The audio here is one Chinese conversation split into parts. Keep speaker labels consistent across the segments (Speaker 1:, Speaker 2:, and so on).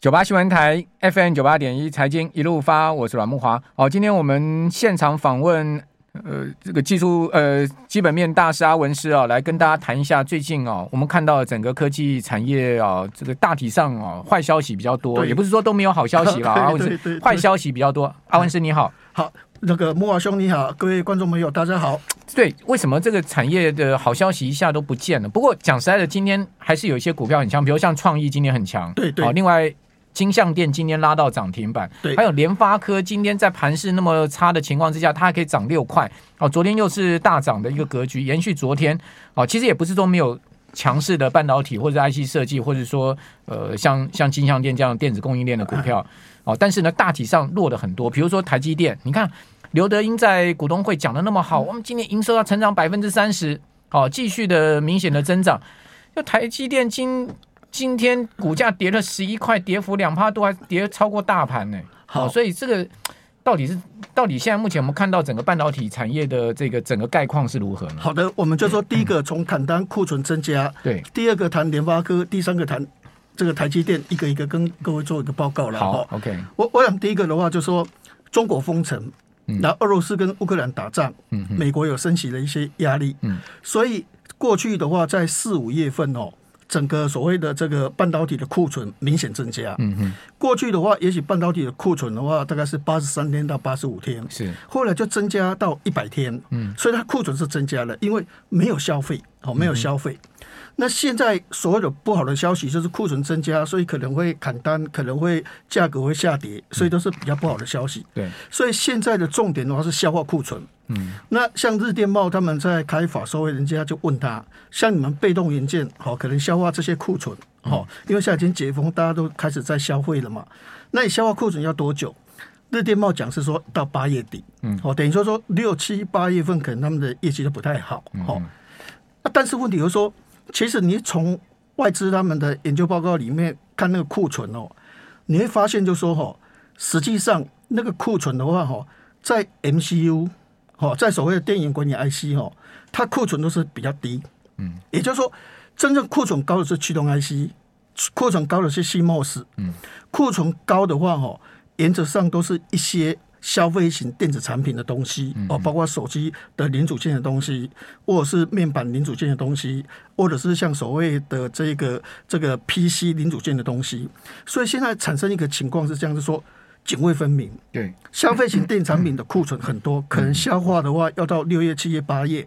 Speaker 1: 九八新闻台 FM 九八点一财经一路发，我是阮木华。好，今天我们现场访问呃这个技术呃基本面大师阿文师啊、哦，来跟大家谈一下最近啊、哦、我们看到整个科技产业啊、哦、这个大体上啊坏消息比较多，
Speaker 2: 对
Speaker 1: 也不是说都没有好消息啦。
Speaker 2: 对
Speaker 1: 阿文
Speaker 2: 对对
Speaker 1: 师
Speaker 2: 对
Speaker 1: 坏消息比较多。阿文师你好，
Speaker 2: 好，那个木瓦兄你好，各位观众朋友大家好。
Speaker 1: 对，为什么这个产业的好消息一下都不见了？不过讲实在的，今天还是有一些股票很强，比如像创意今天很强，
Speaker 2: 对对
Speaker 1: 好，另外金象店今天拉到涨停板，
Speaker 2: 对
Speaker 1: 还有联发科今天在盘势那么差的情况之下，它还可以涨六块，哦，昨天又是大涨的一个格局，延续昨天，哦，其实也不是说没有。强势的半导体或者 IC 设计，或者说呃像像金象店这样的电子供应链的股票，哦，但是呢，大体上弱了很多。比如说台积电，你看刘德英在股东会讲的那么好，我们今年营收要成长百分之三十，好，继续的明显的增长。就台积电今今天股价跌了十一块，跌幅两趴多，还跌超过大盘呢、
Speaker 2: 好
Speaker 1: 哦所以这个到底是到底现在目前我们看到整个半导体产业的这个整个概况是如何呢？
Speaker 2: 好的，我们就说第一个从砍单库存增加，
Speaker 1: 对，
Speaker 2: 第二个谈联发科，第三个谈这个台积电，一个一个跟各位做一个报告了
Speaker 1: 好
Speaker 2: 哈。
Speaker 1: ，OK，
Speaker 2: 我我想第一个的话就说中国封城
Speaker 1: 嗯，
Speaker 2: 然后俄罗斯跟乌克兰打仗，
Speaker 1: 嗯哼
Speaker 2: 美国有升息的一些压力，
Speaker 1: 嗯
Speaker 2: 所以过去的话在四五月份哦，整个所谓的这个半导体的库存明显增加。
Speaker 1: 嗯哼，
Speaker 2: 过去的话，也许半导体的库存的话大概是八十三天到八十五天，
Speaker 1: 是，
Speaker 2: 后来就增加到一百天，
Speaker 1: 嗯，
Speaker 2: 所以它库存是增加了，因为没有消费，哦，没有消费。那现在所有的不好的消息就是库存增加，所以可能会砍单，可能会价格会下跌，所以都是比较不好的消息。
Speaker 1: 对，
Speaker 2: 所以现在的重点的话是消化库存。
Speaker 1: 嗯，
Speaker 2: 那像日电贸他们在开法收会，人家就问他，像你们被动元件，好、可能消化这些库存，
Speaker 1: 嗯
Speaker 2: 好、因为现在已经解封，大家都开始在消费了嘛，那你消化库存要多久？日电贸讲是说到八月底，
Speaker 1: 嗯，
Speaker 2: 好、等于说说六七八月份可能他们的业绩都不太好，好、
Speaker 1: 嗯
Speaker 2: 那但是问题就是说，其实你从外资他们的研究报告里面看那个库存哦，你会发现就说哈、哦，实际上那个库存的话哈、哦，在 MCU 哦，在所谓的电源管理 IC 哦，它库存都是比较低，
Speaker 1: 嗯，
Speaker 2: 也就是说，真正库存高的是驱动 IC，库存高的是 CMOS，
Speaker 1: 嗯，
Speaker 2: 库存高的话哦，原则上都是一些消费型电子产品的东西哦，包括手机的零组件的东西，或者是面板零组件的东西，或者是像所谓的这个这个 PC 零组件的东西。所以现在产生一个情况是这样，是说泾渭分明，
Speaker 1: 对，
Speaker 2: 消费型电产品的库存很多，可能消化的话要到六月、七月、八月。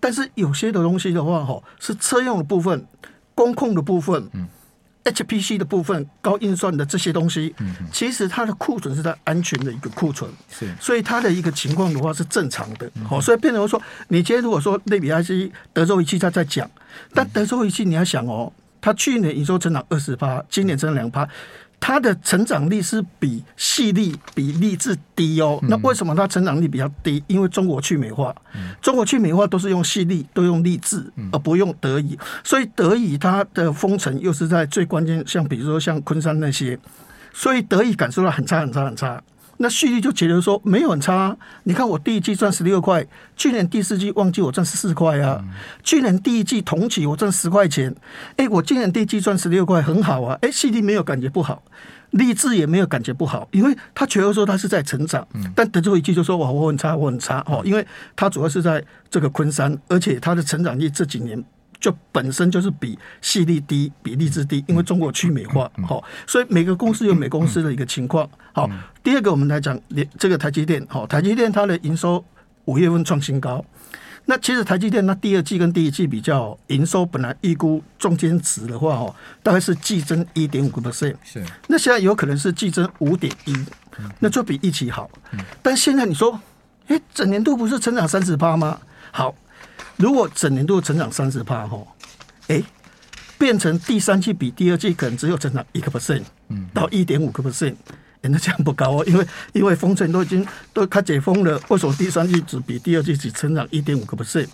Speaker 2: 但是有些的东西的话，哈，是车用的部分、工控的部分、HPC 的部分、高运算的这些东西，其实它的库存是在安全的一个库存，
Speaker 1: 是，
Speaker 2: 所以它的一个情况的话是正常的。好、所以变成说，你今天如果说类比 IC 德州仪器它在讲，但德州仪器你要想哦，它去年营收成长二十八，今年增长两趴。它的成长率是比细粒比励志低哦，那为什么它成长率比较低？因为中国去美化，中国去美化都是用细粒，都用励志，而不用德语，所以德语它的封城又是在最关键，像比如说像昆山那些，所以德语感受到很差很差很差。那旭日就觉得说没有很差、啊，你看我第一季赚十六块，去年第四季旺季我赚十四块啊，去年第一季同期我赚十块钱，哎，我今年第一季赚十六块很好啊，哎，细粒没有感觉不好，励志也没有感觉不好，因为他觉得说他是在成长，但德州仪器就说哇我很差我很差哦，因为他主要是在这个昆山，而且他的成长率这几年就本身就是比细粒低，比荔枝低，因为中国去美化，好、所以每个公司有每公司的一个情况。好、第二个我们来讲，连这个台积电，好、台积电它的营收五月份创新高。那其实台积电它第二季跟第一季比较，营收本来预估中间值的话，哦，大概是季增一点五个 percent，
Speaker 1: 是，
Speaker 2: 那现在有可能是季增五点一，那就比预期好。但现在你说，哎，整年度不是成长三十趴吗？好，如果整年度成长三十趴吼，哎，变成第三季比第二季可能只有成长一个 percent，到一点五个 percent。哎那这样不高哦，因为因为封城都已经都它解封了，为什么第三季只比第二季只成长一点五个 percent？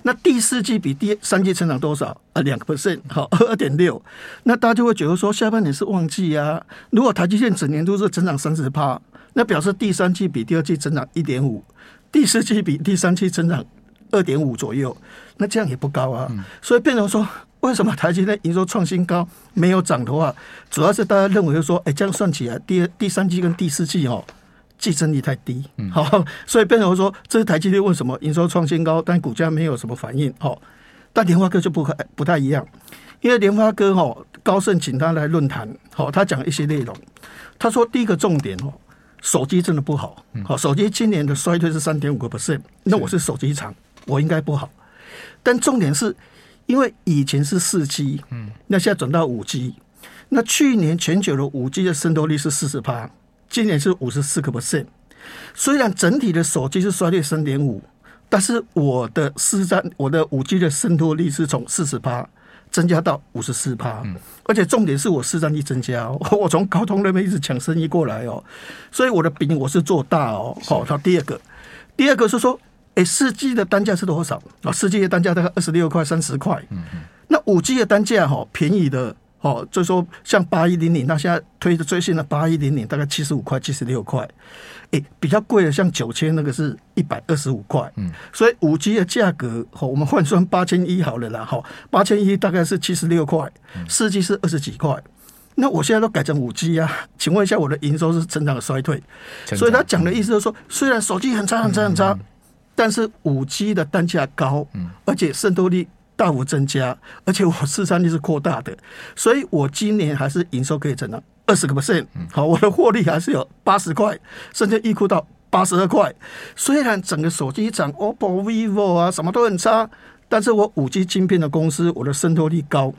Speaker 2: 那第四季比第三季成长多少？啊，两个 percent，好， 二点六。那大家就会觉得说，下半年是旺季啊。如果台积电整年都是增长三十趴，那表示第三季比第二季增长一点五，第四季比第三季增长二点五左右，那这样也不高啊。所以变成说，为什么台积电营收创新高没有涨的话，主要是大家认为说，哎、这样算起来，第二第三季跟第四季哦，竞争力太低，好、 所以变成说，这是台积电为什么营收创新高，但股价没有什么反应，哦，但联发科就不可不太一样，因为联发科哦，高盛请他来论坛，哦，他讲一些内容，他说第一个重点哦，手机真的不好，好、手机今年的衰退是三点五个 percent，那嗯我是手机厂，我应该不好，但重点是因为以前是四 G，嗯，那现在转到五 G，那去年全球的五 G 的渗透率是四十趴，今年是五十四个 percent。虽然整体的手机是衰退三点五，但是我的四三我的五 G 的渗透率是从四十趴增加到五十四趴，而且重点是我市占率增加、哦， 我从高通那边一直抢生意过来哦，所以我的饼我是做大哦。好，它第二个，第二个是说，哎，四 G 的单价是多少？啊，四 G 的单价大概二十六块、三十块。那五 G 的单价哈、哦，便宜的哦，就说像八一零零，那现在推的最新的八一零零大概七十五块、七十六块。诶，比较贵的像九千那个是一百二十五块，嗯，所以五 G 的价格，吼，我们换算八千一好了啦，吼，八千一大概是七十六块，
Speaker 1: 嗯
Speaker 2: 四 G 是二十几块，那我现在都改成五 G 啊，请问一下我的营收是成长的衰退？
Speaker 1: 成长嗯
Speaker 2: 所以他讲的意思就是说，虽然手机很差很差很差，但是五 G 的单价高，而且渗透率大幅增加，而且我市占率是扩大的，所以我今年还是营收可以成长二十个 percent，好，我的获利还是有八十块，甚至预估到八十二块。虽然整个手机厂 OPPO、vivo 啊什么都很差，但是我五 G 晶片的公司，我的渗透率高。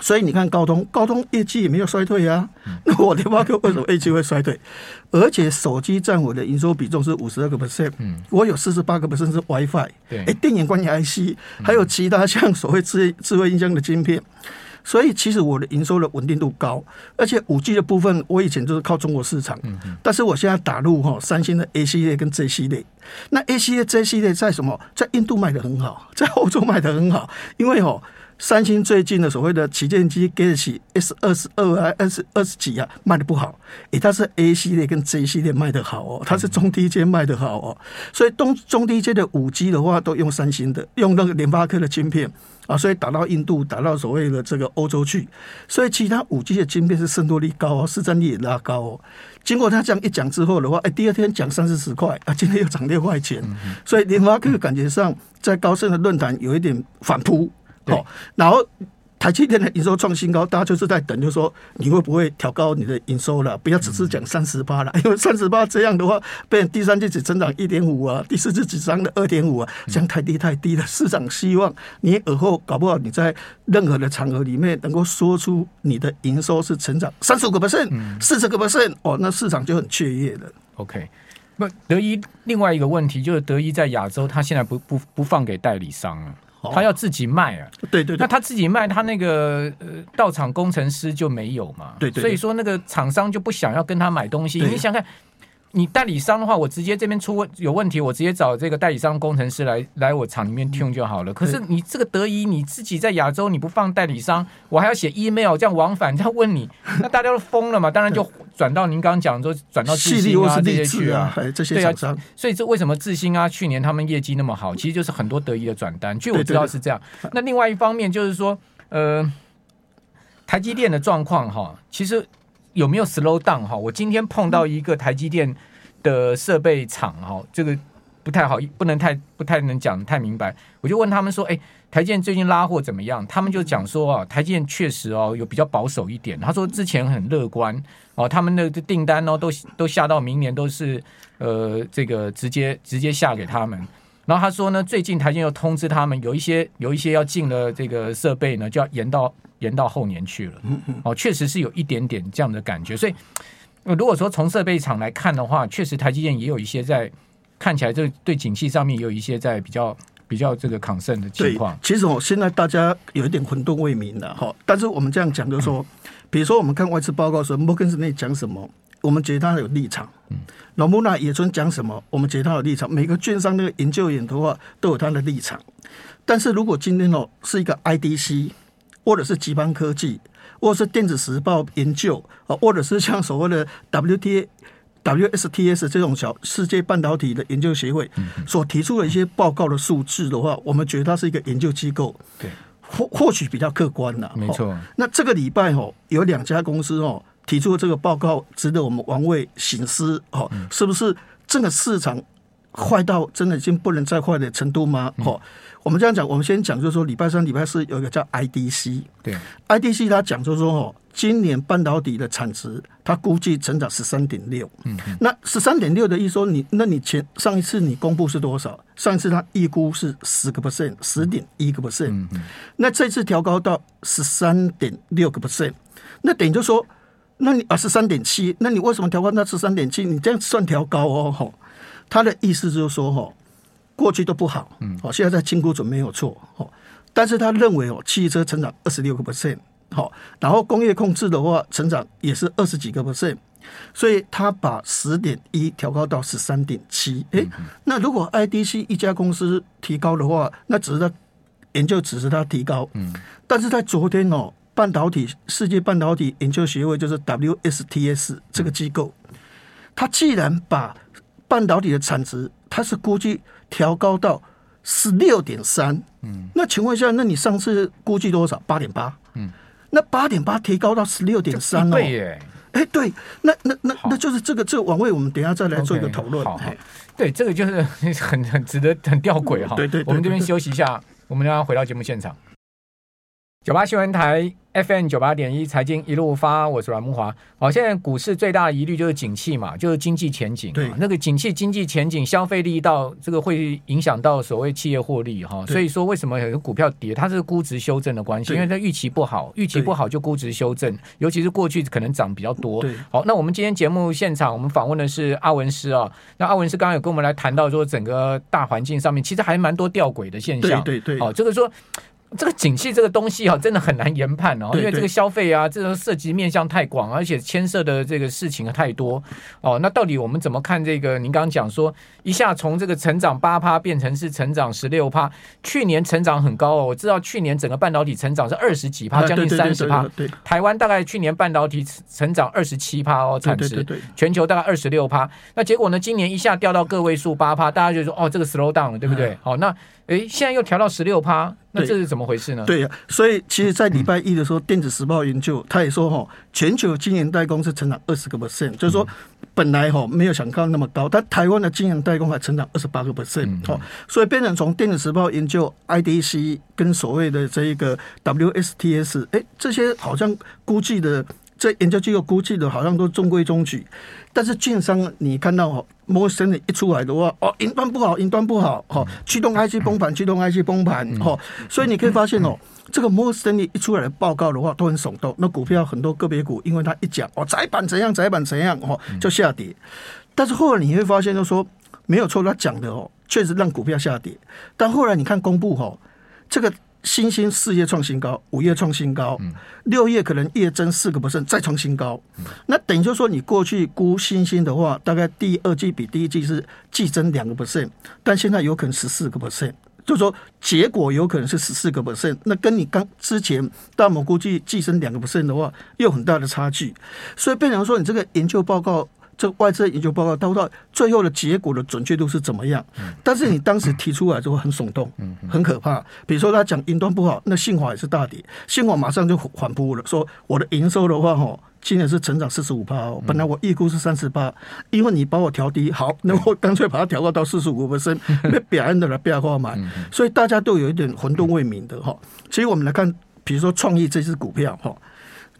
Speaker 2: 所以你看高通，高通业绩也没有衰退啊。那我联发科为什么业绩会衰退？而且手机占我的营收比重是五十二个 percent，我有四十八个 percent 是 WiFi，
Speaker 1: 对
Speaker 2: 哎，电源管理 IC，还有其他像所谓智智慧音箱的晶片。所以其实我的营收的稳定度高，而且五 G 的部分，我以前就是靠中国市场，但是我现在打入哈三星的 A 系列跟 J 系列，那 A 系列、J 系列在什么？在印度卖的很好，在欧洲卖的很好，因为哦。三星最近的所谓的旗舰机 Galaxy S 二十二啊、S 二十几啊卖的不好，诶、它是 A 系列跟 J 系列卖的好哦，它是中低阶卖的好哦，所以中中低阶的五 G 的话都用三星的，用那个联发科的晶片啊，所以打到印度、打到所谓的这个欧洲去，所以其他五 G 的晶片是渗透率高哦，市占率也拉高哦。经过他这样一讲之后的话，哎、第二天讲三四十块啊，今天又涨六块钱，所以联发科感觉上在高盛的论坛有一点反扑。
Speaker 1: 对
Speaker 2: 哦，然后台积电的营收创新高，大家就是在等，就说你会不会调高你的营收了？不要只是讲三十八了，因为三十八这样的话，被人第三季只增长一点五啊，第四季只增长二点五啊，这样太低太低了。市场希望你尔后搞不好你在任何的场合里面能够说出你的营收是成长三十五个 percent、四十个 percent，哦，那市场就很雀跃了。
Speaker 1: OK，那德一另外一个问题就是德一在亚洲，他现在不不不放给代理商了，他要自己卖啊。
Speaker 2: 对对
Speaker 1: 那
Speaker 2: 对，
Speaker 1: 他自己卖，他那个呃到场工程师就没有嘛，
Speaker 2: 对对对
Speaker 1: 所以说那个厂商就不想要跟他买东西。
Speaker 2: 对
Speaker 1: 你想看，你代理商的话，我直接这边出问有问题，我直接找这个代理商工程师来来我厂里面 tune 就好了。可是你这个德仪你自己在亚洲你不放代理商，我还要写 email 这样往返这样问你，那大家都疯了嘛？当然就转到您刚刚讲说转 到
Speaker 2: 细
Speaker 1: 智
Speaker 2: 粒
Speaker 1: 新
Speaker 2: 或
Speaker 1: 啊
Speaker 2: 是
Speaker 1: 这
Speaker 2: 励
Speaker 1: 些
Speaker 2: 志
Speaker 1: 去
Speaker 2: 啊，哎，这些
Speaker 1: 对啊
Speaker 2: 厂商。
Speaker 1: 所以这为什么智新啊，去年他们业绩那么好，其实就是很多得意的转单。据我知道是这样。那另外一方面就是说，呃，台积电的状况哈，其实有没有 slow down 哈？我今天碰到一个台积电的设备厂哈，这个不太好，不能太不太能讲太明白。我就问他们说，哎，台积电最近拉货怎么样？他们就讲说啊，台积电确实哦有比较保守一点。他说之前很乐观哦，他们的订单哦都都下到明年都是呃这个直接直接下给他们。然后他说呢，最近台积电又通知他们，有一些有一些要进了这个设备呢，就要延到延到后年去了。哦，确实是有一点点这样的感觉。所以，呃如果说从设备厂来看的话，确实台积电也有一些在看起来这对景气上面也有一些在比较比较这个 concern 的情
Speaker 2: 对
Speaker 1: 况，。
Speaker 2: 其实哦，现在大家有一点混沌未明了哈。但是我们这样讲，就是说，比如说我们看外资报告的时候，摩根士内讲什么，我们觉得他有立场；
Speaker 1: 嗯
Speaker 2: 老木纳野村讲什么，我们觉得他有立场。每个券商那个研究员的话，都有他的立场。但是如果今天哦是一个 IDC，或者是吉邦科技，或者是电子时报研究啊，或者是像所谓的 WTA。WSTS 这种小世界半导体的研究协会所提出的一些报告的数字的话，我们觉得它是一个研究机构。
Speaker 1: 对，
Speaker 2: 或或许比较客观了。
Speaker 1: 没错
Speaker 2: 哦那这个礼拜哦，有两家公司哦提出这个报告，值得我们王位醒思哦，
Speaker 1: 嗯
Speaker 2: 是不是这个市场坏到真的已经不能再坏的程度吗？
Speaker 1: 嗯
Speaker 2: 哦，我们这样讲，我们先讲就是说礼拜三、礼拜四有一个叫 IDC，
Speaker 1: 对，
Speaker 2: IDC 它讲就说哦，今年半导体的产值，它估计成长十三点六。嗯，那十三点六的意思说你，那你前上一次你公布是多少？上一次它预估是十个 percent，十点一个 percent。嗯那这次调高到十三点六个 percent，那等于就说，那你啊十三点七，那你为什么调高到十三点七？你这样算调高哦，吼、他的意思就是说，哈，过去都不好，嗯，哦，现在在清库存没有错，哦，但是他认为哦，汽车成长二十六个 percent，好，然后工业控制的话，成长也是二十几个 percent，所以他把十点一调高到十三点七，诶，那如果 IDC 一家公司提高的话，那只是它研究只是它提高，嗯，但是在昨天哦。半导体世界半导体研究协会就是 WSTS 这个机构，它既然把半导体的产值，它是估计调高到十六点三。嗯，那请问一下，那你上次估计多少？八点八。嗯，那八点八提高到十六点三
Speaker 1: 一
Speaker 2: 哦。
Speaker 1: 倍耶。
Speaker 2: 哎，对，那那那那就是这个这个网位，我们等一下再来做一个
Speaker 1: OK，
Speaker 2: 讨论。
Speaker 1: 好好
Speaker 2: 嘿
Speaker 1: 对，这个就是 很很值得很吊诡哈。
Speaker 2: 对对对
Speaker 1: 我们这边
Speaker 2: 对对
Speaker 1: 休息一下，我们要回到节目现场。九八新闻台 FM 九八点一财经一路发，我是阮木华。好，现在股市最大的疑虑就是景气嘛，就是经济前景。
Speaker 2: 对
Speaker 1: 啊那个景气、经济前景、消费力道，这个会影响到所谓企业获利哈。
Speaker 2: 对
Speaker 1: 所以说，为什么有的股票跌，它是估值修正的关系，
Speaker 2: 对
Speaker 1: 因为它预期不好，预期
Speaker 2: 对
Speaker 1: 不好就估值修正，尤其是过去可能涨比较多。
Speaker 2: 对
Speaker 1: 好，那我们今天节目现场，我们访问的是阿文师啊、那阿文师刚刚有跟我们来谈到说，整个大环境上面其实还蛮多吊诡的现
Speaker 2: 对
Speaker 1: 象。
Speaker 2: 对对，
Speaker 1: 哦，这个说这个景气这个东西啊，真的很难研判哦，
Speaker 2: 对
Speaker 1: 因为
Speaker 2: 对
Speaker 1: 这个消费啊，这个涉及面向太广，而且牵涉的这个事情啊太多哦。那到底我们怎么看这个？您刚刚讲说，一下从这个成长八趴变成是成长十六趴，去年成长很高哦，我知道去年整个半导体成长是二十几趴，
Speaker 2: 啊
Speaker 1: 将近
Speaker 2: 对对
Speaker 1: 三
Speaker 2: 对
Speaker 1: 十趴。
Speaker 2: 对
Speaker 1: 台湾大概去年半导体成长二十七趴哦，
Speaker 2: 对
Speaker 1: 产
Speaker 2: 对对
Speaker 1: 值。
Speaker 2: 对，
Speaker 1: 全球大概二十六趴，那结果呢？今年一下掉到个位数八趴，大家就说哦，这个 slow down 了，对不对？好、那诶，现在又调到十六趴，那
Speaker 2: 嗯对
Speaker 1: 这是怎么回事呢？
Speaker 2: 对呀、所以其实，在礼拜一的时候，电子时报研究他也说哈，全球晶圆代工是成长二十个 percent，就
Speaker 1: 嗯
Speaker 2: 是说本来哈没有想到那么高，但台湾的晶圆代工还成长二十八个 percent
Speaker 1: 嗯
Speaker 2: 哦，所以变成从电子时报研究 IDC 跟所谓的这一个 WSTS，哎，这些好像估计的。这研究机构估计的好像都中规中矩，但是券商你看到哦，摩森的一出来的话，哦，云端不好，云端不好，哦，驱动 IC 崩盘，驱动 IC 崩盘，哦，所以你可以发现哦，这个摩森的一出来的报告的话都很耸动，那股票很多个别股，因为它一讲哦，窄板怎样，窄板怎样，哦，就下跌。但是后来你会发现，就说没有错，他讲的哦，确实让股票下跌。但后来你看公布哦，这个新兴四月创新高，五月创新高，六月可能月增四个 percent 再创新高。那等于就说你过去估新兴的话，大概第二季比第一季是季增两个 percent，但现在有可能十四个 percent。就说结果有可能是十四个 percent，那跟你刚之前大摩估计寄生两个 percent 的话，又有很大的差距，所以变成说你这个研究报告这个外资研究报告，到到最后的结果的准确度是怎么样？但是你当时提出来就会很耸动，很可怕。比如说他讲云端不好，那信华也是大跌，信华马上就反扑了，说我的营收的话，哈。今年是成长四十五趴哦，本来我预估是三十八，因为你把我调低，好，那我干脆把它调高到四十五 percent，被表现的来变化嘛，所以大家都有一点混沌未明的哈。其实我们来看，比如说创意这只股票哈，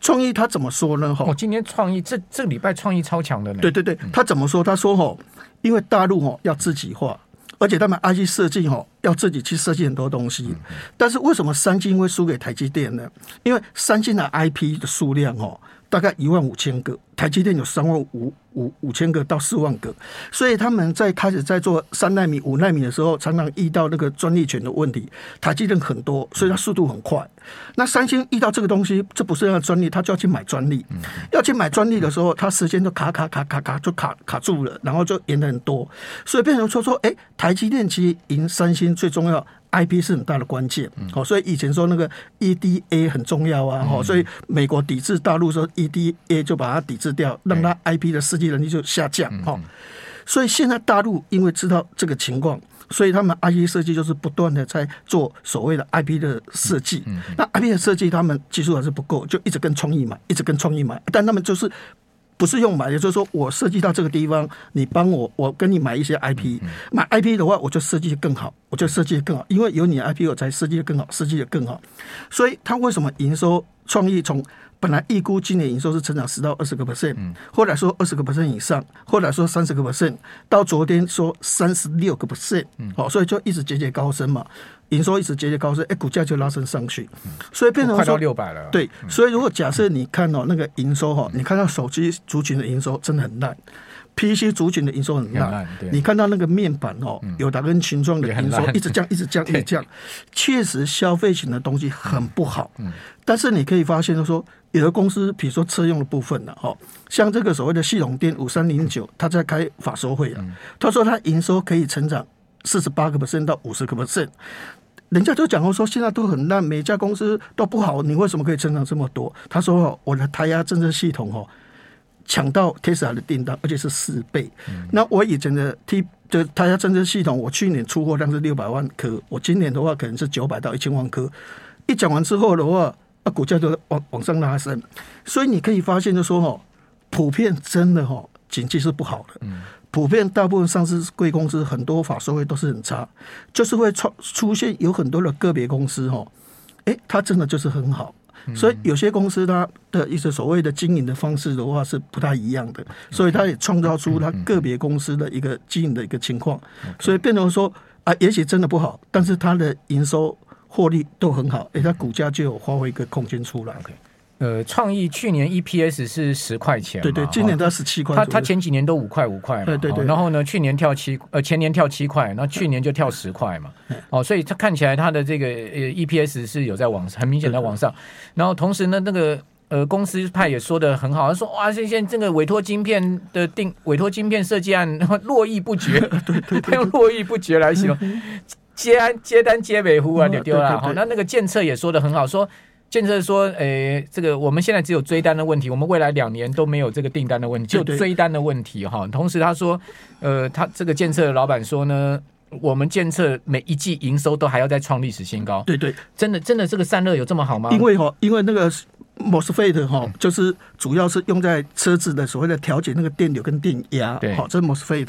Speaker 2: 创意它怎么说呢？哈
Speaker 1: 哦，，今天创意这这个礼拜创意超强的呢。嗯
Speaker 2: 对，对对，他怎么说？他说吼，因为大陆吼要自己化，而且他们 IC 设计吼要自己去设计很多东
Speaker 1: 嗯
Speaker 2: 西。但是为什么三星会输给台积电呢？因为三星的 IP 的数量哦，大概一万五千个，台积电有三万五五五千个到四万个，所以他们在开始在做三纳米、五纳米的时候，常常遇到那个专利权的问题。台积电很多，所以它速度很快。那三星遇到这个东西，这不是它的专利，它就要去买专利。要去买专利的时候，它时间就卡卡卡卡卡就卡卡住了，然后就延了很多，所以变成说说，哎、台积电其实赢三星最重要。IP 是很大的关键，哦，所以以前说那个 EDA 很重要啊，哦，所以美国抵，E 制大陆说 EDA 就把它抵制掉，让它 IP 的实际能力就下降，哦，所以现在大陆因为知道这个情况，所以他们 IC 设计就是不断的在做所谓的 IP 的设计。那 IP 的设计，他们技术还是不够，就一直跟创意买，一直跟创意买，但他们就是。不是用买，也就是说，我设计到这个地方，你帮我，我跟你买一些 IP，买 IP 的话，我就设计得更好，我就设计得更好，因为有你的 IP，我才设计得更好，设计得更好。所以它为什么营收创意从本来预估今年营收是成长十到二十个 percent，或
Speaker 1: 嗯
Speaker 2: 者说二十个 percent 以上，或者说三十个 percent，到昨天说三十六个 percent，好，
Speaker 1: 嗯
Speaker 2: 所以就一直节节高升嘛，营收一直节节高升，哎、股价就拉升上去，所以变
Speaker 1: 嗯
Speaker 2: 成
Speaker 1: 哦快到
Speaker 2: 说
Speaker 1: 六嗯百了。，
Speaker 2: 对，所以如果假设你看哦那个营收哈、你看到手机族群的营收真的很烂。PC 族群的营收很
Speaker 1: 很
Speaker 2: 烂
Speaker 1: 烂对，嗯
Speaker 2: 你看到那个面板哦，友达跟群创的
Speaker 1: 也很
Speaker 2: 营收
Speaker 1: 烂
Speaker 2: 一直降，一直降，一直 降，确实消费型的东西很不好。
Speaker 1: 嗯
Speaker 2: 但是你可以发现就是说，有的公司比如说车用的部分呢，哦，像这个所谓的系统店五三零九，
Speaker 1: 嗯
Speaker 2: 他在开法说会啊，他说他营收可以成长四十八个 percent 到五十个 percent，人家就讲过说现在都很烂，每家公司都不好，你为什么可以成长这么多？他说哦，我的胎压侦测系统哦，抢到 Tesla 的订单，而且是四倍。那我以前的 T 就是胎压侦测系统，我去年出货量是六百万颗，我今年的话可能是九百到一千万颗。一讲完之后的话，啊，股价就往往上拉升。所以你可以发现，就说哦，普遍真的哦，经济是不好的。普遍大部分上市贵公司很多法收会都是很差，就是会出出现有很多的个别公司哦，诶，它真的就是很好。
Speaker 1: 嗯
Speaker 2: 所以有些公司它的一些所谓的经营的方式的话是不太一样
Speaker 1: 嗯
Speaker 2: 的，所以它也创造出它个别公司的一个经营的一个情况，所以变成说啊，也许真的不好，但是它的营收获利都很好，诶，它股价就有发挥一个空间出来。
Speaker 1: 呃，创意去年 EPS 是十块钱嘛，
Speaker 2: 对对，今
Speaker 1: 哦
Speaker 2: 年到十七块左
Speaker 1: 他
Speaker 2: 右，
Speaker 1: 他前几年都五块五块嘛，
Speaker 2: 对对对
Speaker 1: 哦然后呢，去年跳七，呃，前年跳七块，然后去年就跳十块嘛，
Speaker 2: 嗯
Speaker 1: 哦，所以它看起来它的这个呃 EPS 是有在往上，很明显在往上，然后同时呢，那个呃公司派也说的很好，他说哇，现现在这个委托晶片的定委托晶片设计案 络绎不 绝，他 用络绎不绝来形容，接单接单接北呼啊，
Speaker 2: 嗯
Speaker 1: 就丢了
Speaker 2: 对对对
Speaker 1: 好，那那个建测也说的很好，说。建设说，诶、这个我们现在只有追单的问题，我们未来两年都没有这个订单的问题，只有
Speaker 2: 对对
Speaker 1: 追单的问题哈。同时他说，呃，他这个建设的老板说呢，我们建设每一季营收都还要再创历史新高，
Speaker 2: 对对，
Speaker 1: 真的真的这个散热有这么好吗？嗯
Speaker 2: 因为哈、因为那个 MOSFET 哈、就是主要是用在车子的所谓的调节那个电流跟电压，
Speaker 1: 对
Speaker 2: 好、这是 MOSFET。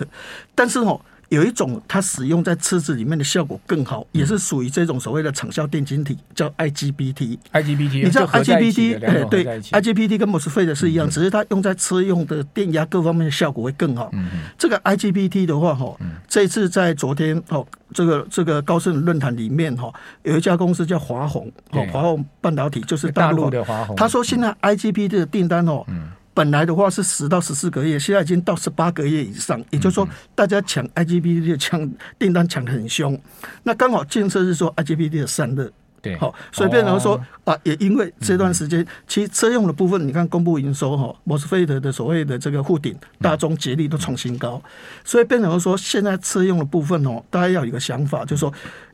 Speaker 2: 但是哈、有一种它使用在车子里面的效果更好，也是属于这种所谓的场效电晶体，叫 IGBT。
Speaker 1: IGBT，
Speaker 2: 你知道
Speaker 1: 啊就合在一起的
Speaker 2: IGBT
Speaker 1: 两
Speaker 2: 哎
Speaker 1: 种合
Speaker 2: 对
Speaker 1: 在一起嗯
Speaker 2: ，IGBT 跟 MOSFET 是一样，只是它用在车用的电压各方面的效果会更好。
Speaker 1: 嗯
Speaker 2: 这个 IGBT 的话，哈，这次在昨天哦，这个这个高盛论坛里面哈，有一家公司叫华虹，哦
Speaker 1: 对，
Speaker 2: 华虹半导体就是
Speaker 1: 大
Speaker 2: 大
Speaker 1: 陆
Speaker 2: 陆
Speaker 1: 的华虹，嗯
Speaker 2: 他说现在 IGBT 的订单哦，本来的话是十到十四个月，现在已经到十八个月以上，也
Speaker 1: 嗯
Speaker 2: 就是说大家抢 IGBT 的抢订单抢得很凶。那刚好建设是说 IGBT 的散热。
Speaker 1: 对，
Speaker 2: 好、所以变成说、
Speaker 1: 哦嗯
Speaker 2: 啊，也因为这段时间，其实车用的部分，你看公布营收哈、m o s f e t 的所谓的这个护顶、
Speaker 1: 嗯
Speaker 2: 大中、捷力都创新高，所以变成说现在车用的部分哦，大家要有一个想法，就是说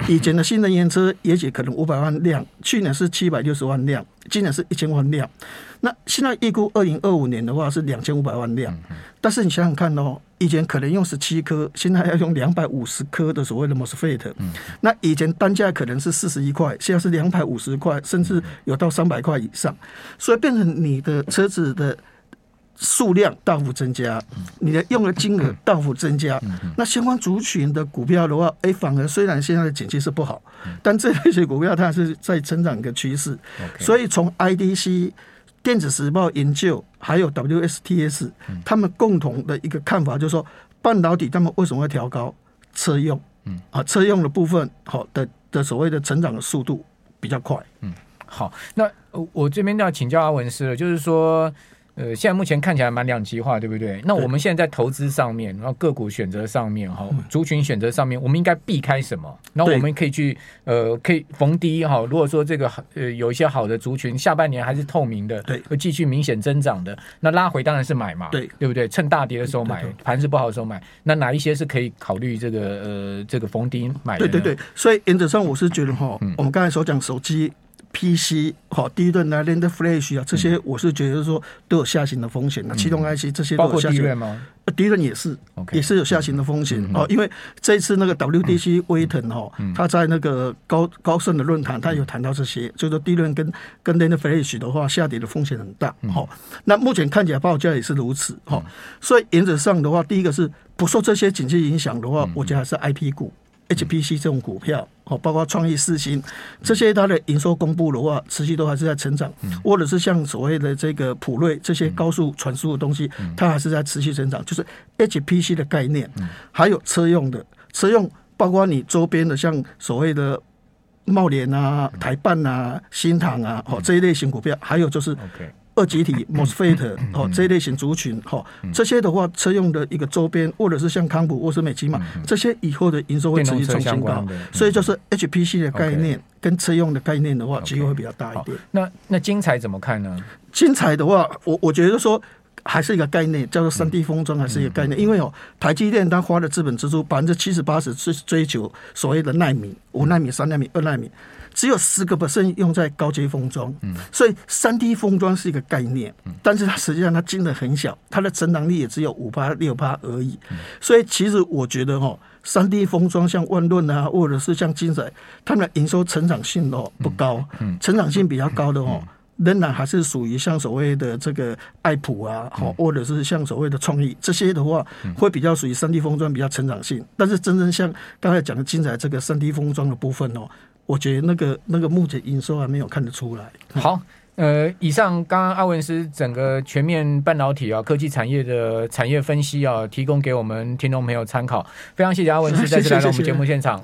Speaker 2: 以前的新能源车也许可能五百万辆，去年是七百六十万辆，今年是一千万辆，那现在预估二零二五年的话是两千五百万辆，但是你想想看哦。以前可能用十七颗，现在要用两百五十颗的所谓的 MOSFET，、那以前单价可能是四十一块，现在是两百五十块，甚至有到三百块以上，所以变成你的车子的数量大幅增加，你的用的金额大幅增加。那相关族群的股票的话，哎，反而虽然现在的景气是不好，但这类型股票它是在成长一个趋势。所以从 IDC。电子时报研究还有 WSTS，他们共同的一个看法就是说，半导体他们为什么会调高车用？嗯，啊，车用的部分好的的所谓的成长的速度比较快。
Speaker 1: 好，那呃我这边要请教阿文师了，就是说，呃，现在目前看起来蛮两极化，对不对？那我们现在在投资上面，然后个股选择上
Speaker 2: 嗯
Speaker 1: 面，哈，族群选择上面，我们应该避开什么？然后我
Speaker 2: 对
Speaker 1: 们可以去，呃，可以逢低哈。如果说这个呃有一些好的族群，下半年还是透明的，
Speaker 2: 对
Speaker 1: 会继续明显增长的，那拉回当然是买嘛，
Speaker 2: 对
Speaker 1: 对不对？趁大跌的时候买
Speaker 2: 对对，
Speaker 1: 盘势不好的时候买，那哪一些是可以考虑这个呃这个逢低买的？嗯
Speaker 2: 对对，对，所以原则上我是觉得哈，我们刚才所讲手机、 PC 好、第一段的 Land Flash 啊，
Speaker 1: 嗯
Speaker 2: 这些我是觉得说都有下行的风险的、啊启动 IC 这些都
Speaker 1: 包
Speaker 2: 有
Speaker 1: 括
Speaker 2: 下
Speaker 1: 利
Speaker 2: 行
Speaker 1: 润吗？
Speaker 2: 呃敌人也是
Speaker 1: OK 嗯
Speaker 2: 也是有下行的风险哦，因为这一次那个 WDC 威腾哦，他在那个高高盛的论坛，他
Speaker 1: 嗯
Speaker 2: 有谈到这些，就是说敌人跟跟 n a n Flash 的话，下跌的风险很大。
Speaker 1: 嗯
Speaker 2: 好、那目前看起来报价也是如此哈、哦，所以原则上的话，第一个是不受这些景气影响的话，
Speaker 1: 嗯
Speaker 2: 我觉得还是 IP 股。HPC 这种股票，哦，包括创意、四星这些，它的营收公布的话，持续都还是在成长，或者是像所谓的这个普瑞这些高速传输的东西，它还是在持续成长，就是 HPC 的概念，还有车用的车用，包括你周边的像所谓的。茂联啊、台办啊、新唐啊，哦这一类型股票，还有就是
Speaker 1: OK
Speaker 2: 二
Speaker 1: 嗯
Speaker 2: 级体 MOSFET 哦这一类型族群哦，这些的话车用的一个周边，或者是像康普或是美琪玛，这些以后的营收会持续创
Speaker 1: 嗯
Speaker 2: 新
Speaker 1: 电动车相
Speaker 2: 高
Speaker 1: 关的，嗯
Speaker 2: 所以就是 HPC 的概念跟车用的概念的话，
Speaker 1: OK
Speaker 2: 机会会比较大一
Speaker 1: 好
Speaker 2: 点。，
Speaker 1: 那那精彩怎么看呢？
Speaker 2: 精彩的话，我我觉得说还是一个概念，叫做三 D 封装，还是一个概念。因为哦，台积电它花的资本支出百分之七十八十是追求所谓的纳米、五纳米、三纳米、二纳米，只有十个 percent 用在高阶封装。所以三 D 封装是一个概念，但是它实际上它金额很小，它的成长率也只有五八六八而已。所以其实我觉得哦。三 D 封装像万润啊，或者是像金彩，他们的营收成长性哦不高，成长性比较高的哦，仍然还是属于像所谓的这个爱普啊，好，或者是像所谓的创意这些的话，会比较属于三 D 封装比较成长性。但是真正像刚才讲的精彩这个三 D 封装的部分哦，我觉得那个那个目前营收还没有看得出来。
Speaker 1: 好，呃，以上刚刚阿文斯整个全面半导体啊、科技产业的产业分析啊，提供给我们听众朋友参考。非常谢谢阿文斯再次来到我们节目现场。